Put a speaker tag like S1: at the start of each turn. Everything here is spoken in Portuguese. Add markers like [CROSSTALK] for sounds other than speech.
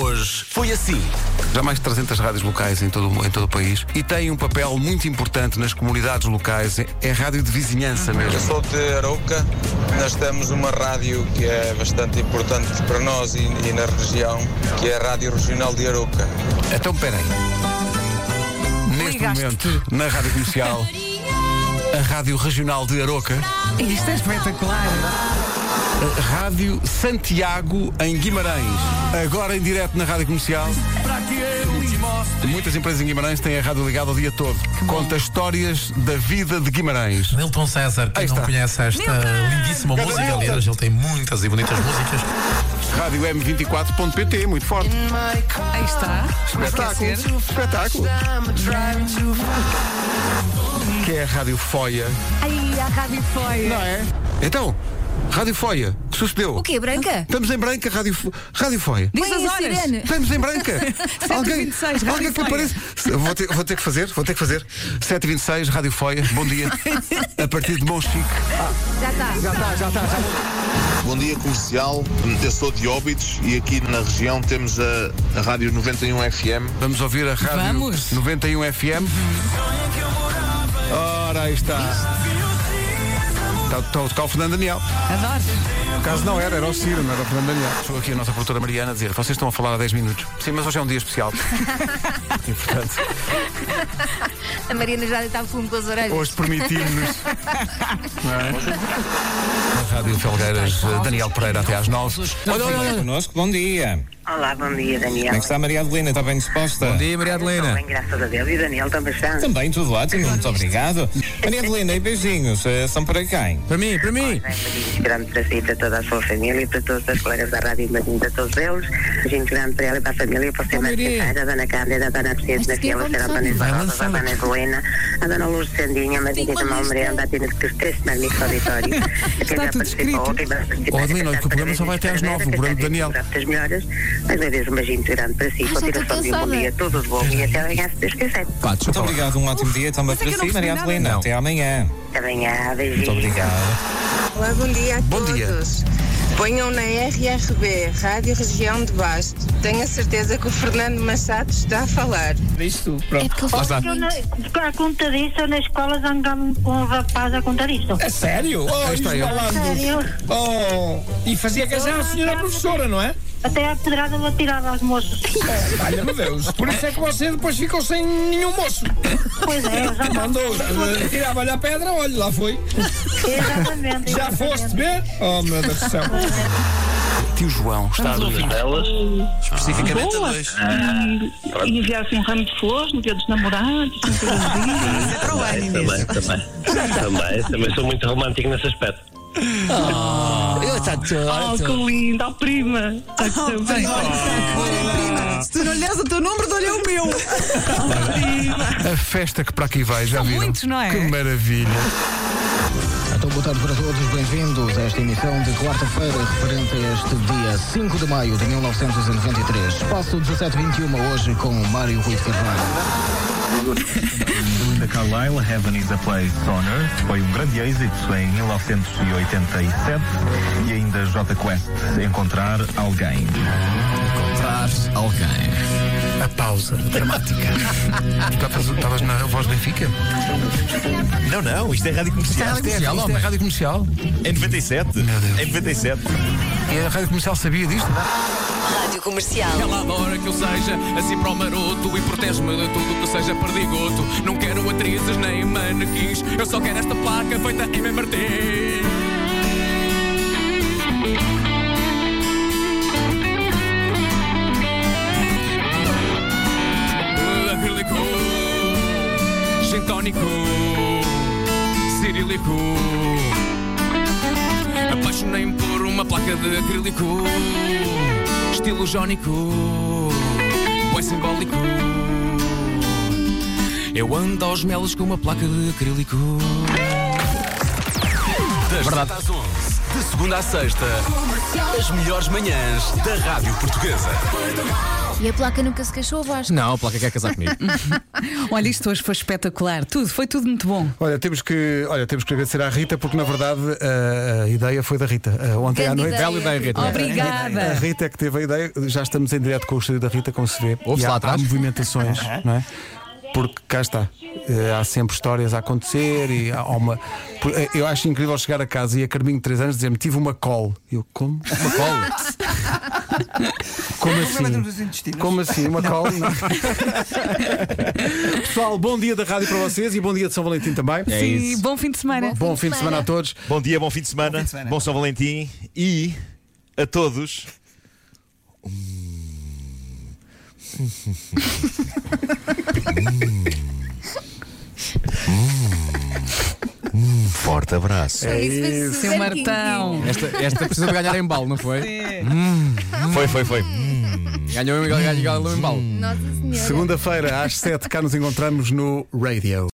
S1: Hoje foi assim.
S2: Já mais de 300 rádios locais em todo, o- em todo o país e tem um papel muito importante nas comunidades locais. É- É rádio de vizinhança
S3: Eu
S2: mesmo.
S3: sou de Arouca, nós temos uma rádio que é bastante importante para nós e, e na região, que é a Rádio Regional de Arouca.
S2: Então, peraí. Neste
S4: Ligaste-te.
S2: momento, na rádio comercial, a rádio regional de Aroca,
S4: Isto é espetacular.
S2: a rádio Santiago em Guimarães. Agora em direto na rádio comercial. Muitas empresas em Guimarães têm a rádio ligada o dia todo. Conta histórias da vida de Guimarães.
S5: Milton César, quem
S2: Aí
S5: não
S2: está.
S5: conhece esta lindíssima música, aliás, ele tem muitas e bonitas músicas.
S2: Rádio M24.pt, muito forte.
S4: Aí está.
S2: Espetáculo.
S4: Aquecer.
S2: Espetáculo. Que é a Rádio Foia,
S6: Ai, a rádio foi.
S2: não é? Então, Rádio Foia, o que sucedeu?
S6: O quê, branca?
S2: Estamos em branca, Rádio, Fo- Rádio Foia.
S4: Diz as
S6: Põe a
S4: horas.
S6: sirene.
S2: Estamos
S6: [LAUGHS]
S2: em branca.
S4: 7h26, Rádio
S2: alguém que
S4: Foia.
S2: apareça. Vou ter, vou ter que fazer, vou ter que fazer. 7h26, Rádio Foia, bom
S6: [LAUGHS]
S2: dia. A partir de Monchique.
S6: Já está.
S7: Bom dia comercial, eu sou de Óbidos e aqui na região temos a, a Rádio 91 FM.
S2: Vamos ouvir a rádio
S4: Vamos.
S2: 91 FM. Ora, aí está. Está está a tocar o Fernando Daniel.
S4: Adoro.
S2: No caso não era, era o Ciro, não era o Fernando Daniel. Estou aqui a nossa produtora Mariana a dizer, vocês estão a falar há 10 minutos. Sim, mas hoje é um dia [LAUGHS] especial. e portanto,
S6: A Mariana já está fumo pelas orelhas.
S2: hoje permitimos-nos. Não é? Na Rádio Felgueiras,
S4: Tá,
S2: eh, Daniel Pereira até às 9. Olha, olha, olha.
S3: Conosco, bom dia.
S8: Olá, bom dia,
S2: é
S8: Daniel.
S3: Maria Adelina? Está bem disposta?
S5: Bom dia, Maria
S8: Estou
S5: Adelina.
S8: bem, graças a Deus. E Daniel também está.
S3: Também, tudo ótimo, muito obrigado. Maria Adelina, e beijinhos, eh, são para quem?
S5: Para mim, para mim.
S8: Beijinhos grande para si, para toda a sua família e para todos os colegas da rádio, beijinhos a todos eles. Beijinhos grande para ela e para a família, para ser mais a Dona Cândida, a Dona Presidente da Silva, a Dona Isabel, a Dona Evelina, a Dona Luz Sandinha, a Maria de Malmerenda,
S2: é-
S8: a Tina de Cristes,
S2: [LAUGHS]
S8: magnífico auditório. Está
S4: tudo escrito.
S2: Oh, Adelina, olha que o programa só vai até às nove, o programa do Daniel.
S8: Muitas melhoras, mas agradeço um beijinho grande para si, continuação de um bom dia, tudo de bom e até amanhã, se Deus quiser.
S3: Muito obrigado, um ótimo dia também
S4: mas é
S3: para
S4: que eu não
S3: si, Maria
S4: percebi nada.
S3: Adelina.
S5: Não.
S3: Até amanhã.
S8: Até amanhã,
S3: Muito
S8: beijinhos.
S3: obrigado.
S9: Olá, bom dia a
S2: Bom dia.
S9: todos. Ponham na RRB, Rádio Região de Basto. Tenho a certeza que o Fernando Machado está a falar.
S3: Isto,
S6: É
S3: pronto.
S6: porque ele fala
S5: está.
S6: muito.
S10: A conta disso, eu na escola zangamos com um rapaz a contar isto.
S3: É sério? Oh,
S2: está ele.
S10: Sério?
S3: Oh, e fazia casar a senhora professora, não é?
S10: Até a pedrada vou tirar aos moços.
S3: Olha, meu Deus. Por isso é que você depois ficou sem nenhum moço.
S10: Pois é, exatamente.
S3: Mandou, eh, tirava-lhe a pedra, olha, lá foi.
S10: exatamente.
S3: Já foste ver? Oh, meu Deus do céu.
S2: Tio João está a dormir.
S5: Especificamente a dois.
S10: E enviasse um ramo de flores no dia dos namorados.
S8: Também, também. também, também sou muito romântico nesse aspecto.
S10: Oh, que lindo, ó prima.
S4: Prima, se tu não lhe des o teu número, dou-lhe o meu.
S2: A festa que para aqui vai, já
S4: São
S2: viram?
S4: muitos, não é?
S2: Que maravilha.
S11: Então, boa tarde para todos, bem-vindos a esta emissão de quarta-feira, referente a este dia 5 de maio de 1993. Espaço 1721 hoje com Mário Rui de Carvalho.
S7: Linda Carlisle, Heaven is a Place on Earth, foi um grande êxito em 1987 e ainda J Quest, Encontrar Alguém.
S11: Encontrar alguém.
S2: A pausa dramática. Estavas, estavas na voz Benfica?
S5: Não, não, isto é rádio comercial.
S2: Isto é, isto é a rádio comercial.
S5: É 97.
S2: Meu Deus.
S5: É 97.
S2: E a rádio comercial sabia disto?
S6: Rádio comercial.
S5: Ela adora que eu seja assim para o maroto e protege-me de tudo que seja perdigoto. Não quero atrizes nem manequins, eu só quero esta placa feita em meu Martins. Acrílico, gentónico, cirílico. Apaixonei-me por uma placa de acrílico, estilo jónico, bem simbólico. Eu ando aos melos com uma placa de acrílico. É
S1: Das Verdade. às 11,
S5: De segunda à sexta, as melhores manhãs da Rádio Portuguesa.
S6: E a placa nunca se queixou, Vasco.
S5: Não, a placa quer casar comigo.
S11: Olha, isto hoje foi espetacular. Tudo, foi tudo muito bom.
S2: Olha, temos que, olha, temos que agradecer à Rita, porque na verdade a, a ideia foi da Rita. Ah, ontem
S6: Grande
S2: à noite.
S6: ideia. Bela ideia, Rita.
S11: Obrigada.
S2: A Rita é que teve a ideia. Já estamos em direto com o estúdio da Rita, como se vê.
S5: Ouve-se
S2: E
S5: lá
S2: há, há
S5: atrás.
S2: movimentações, não é? Porque cá está. Eh, Há sempre histórias a acontecer e há uma. por- eh, Eu acho incrível chegar a casa e a Carminho de 3 anos dizer-me tive uma call. Eu, como?
S5: Uma [LAUGHS] cola.
S2: Como assim? Como assim? Uma call?
S5: [LAUGHS]
S2: Não. Pessoal, bom dia da rádio para vocês e bom dia de São Valentim também.
S5: É
S11: Sim, bom fim de semana.
S2: Bom fim de semana a todos.
S7: Bom dia, bom fim de semana, bom, São Valentim e a todos. Um forte abraço.
S6: É isso, foi
S11: Seu
S6: Suzana
S11: Martão.
S5: Esta, esta precisa de ganhar em embalo, não foi?
S7: Foi, foi, foi.
S5: Ganhou, ganhou, ganhou em embalo.
S6: Quintino. Nossa Senhora.
S2: Segunda-feira às 7 cá nos encontramos no Radio.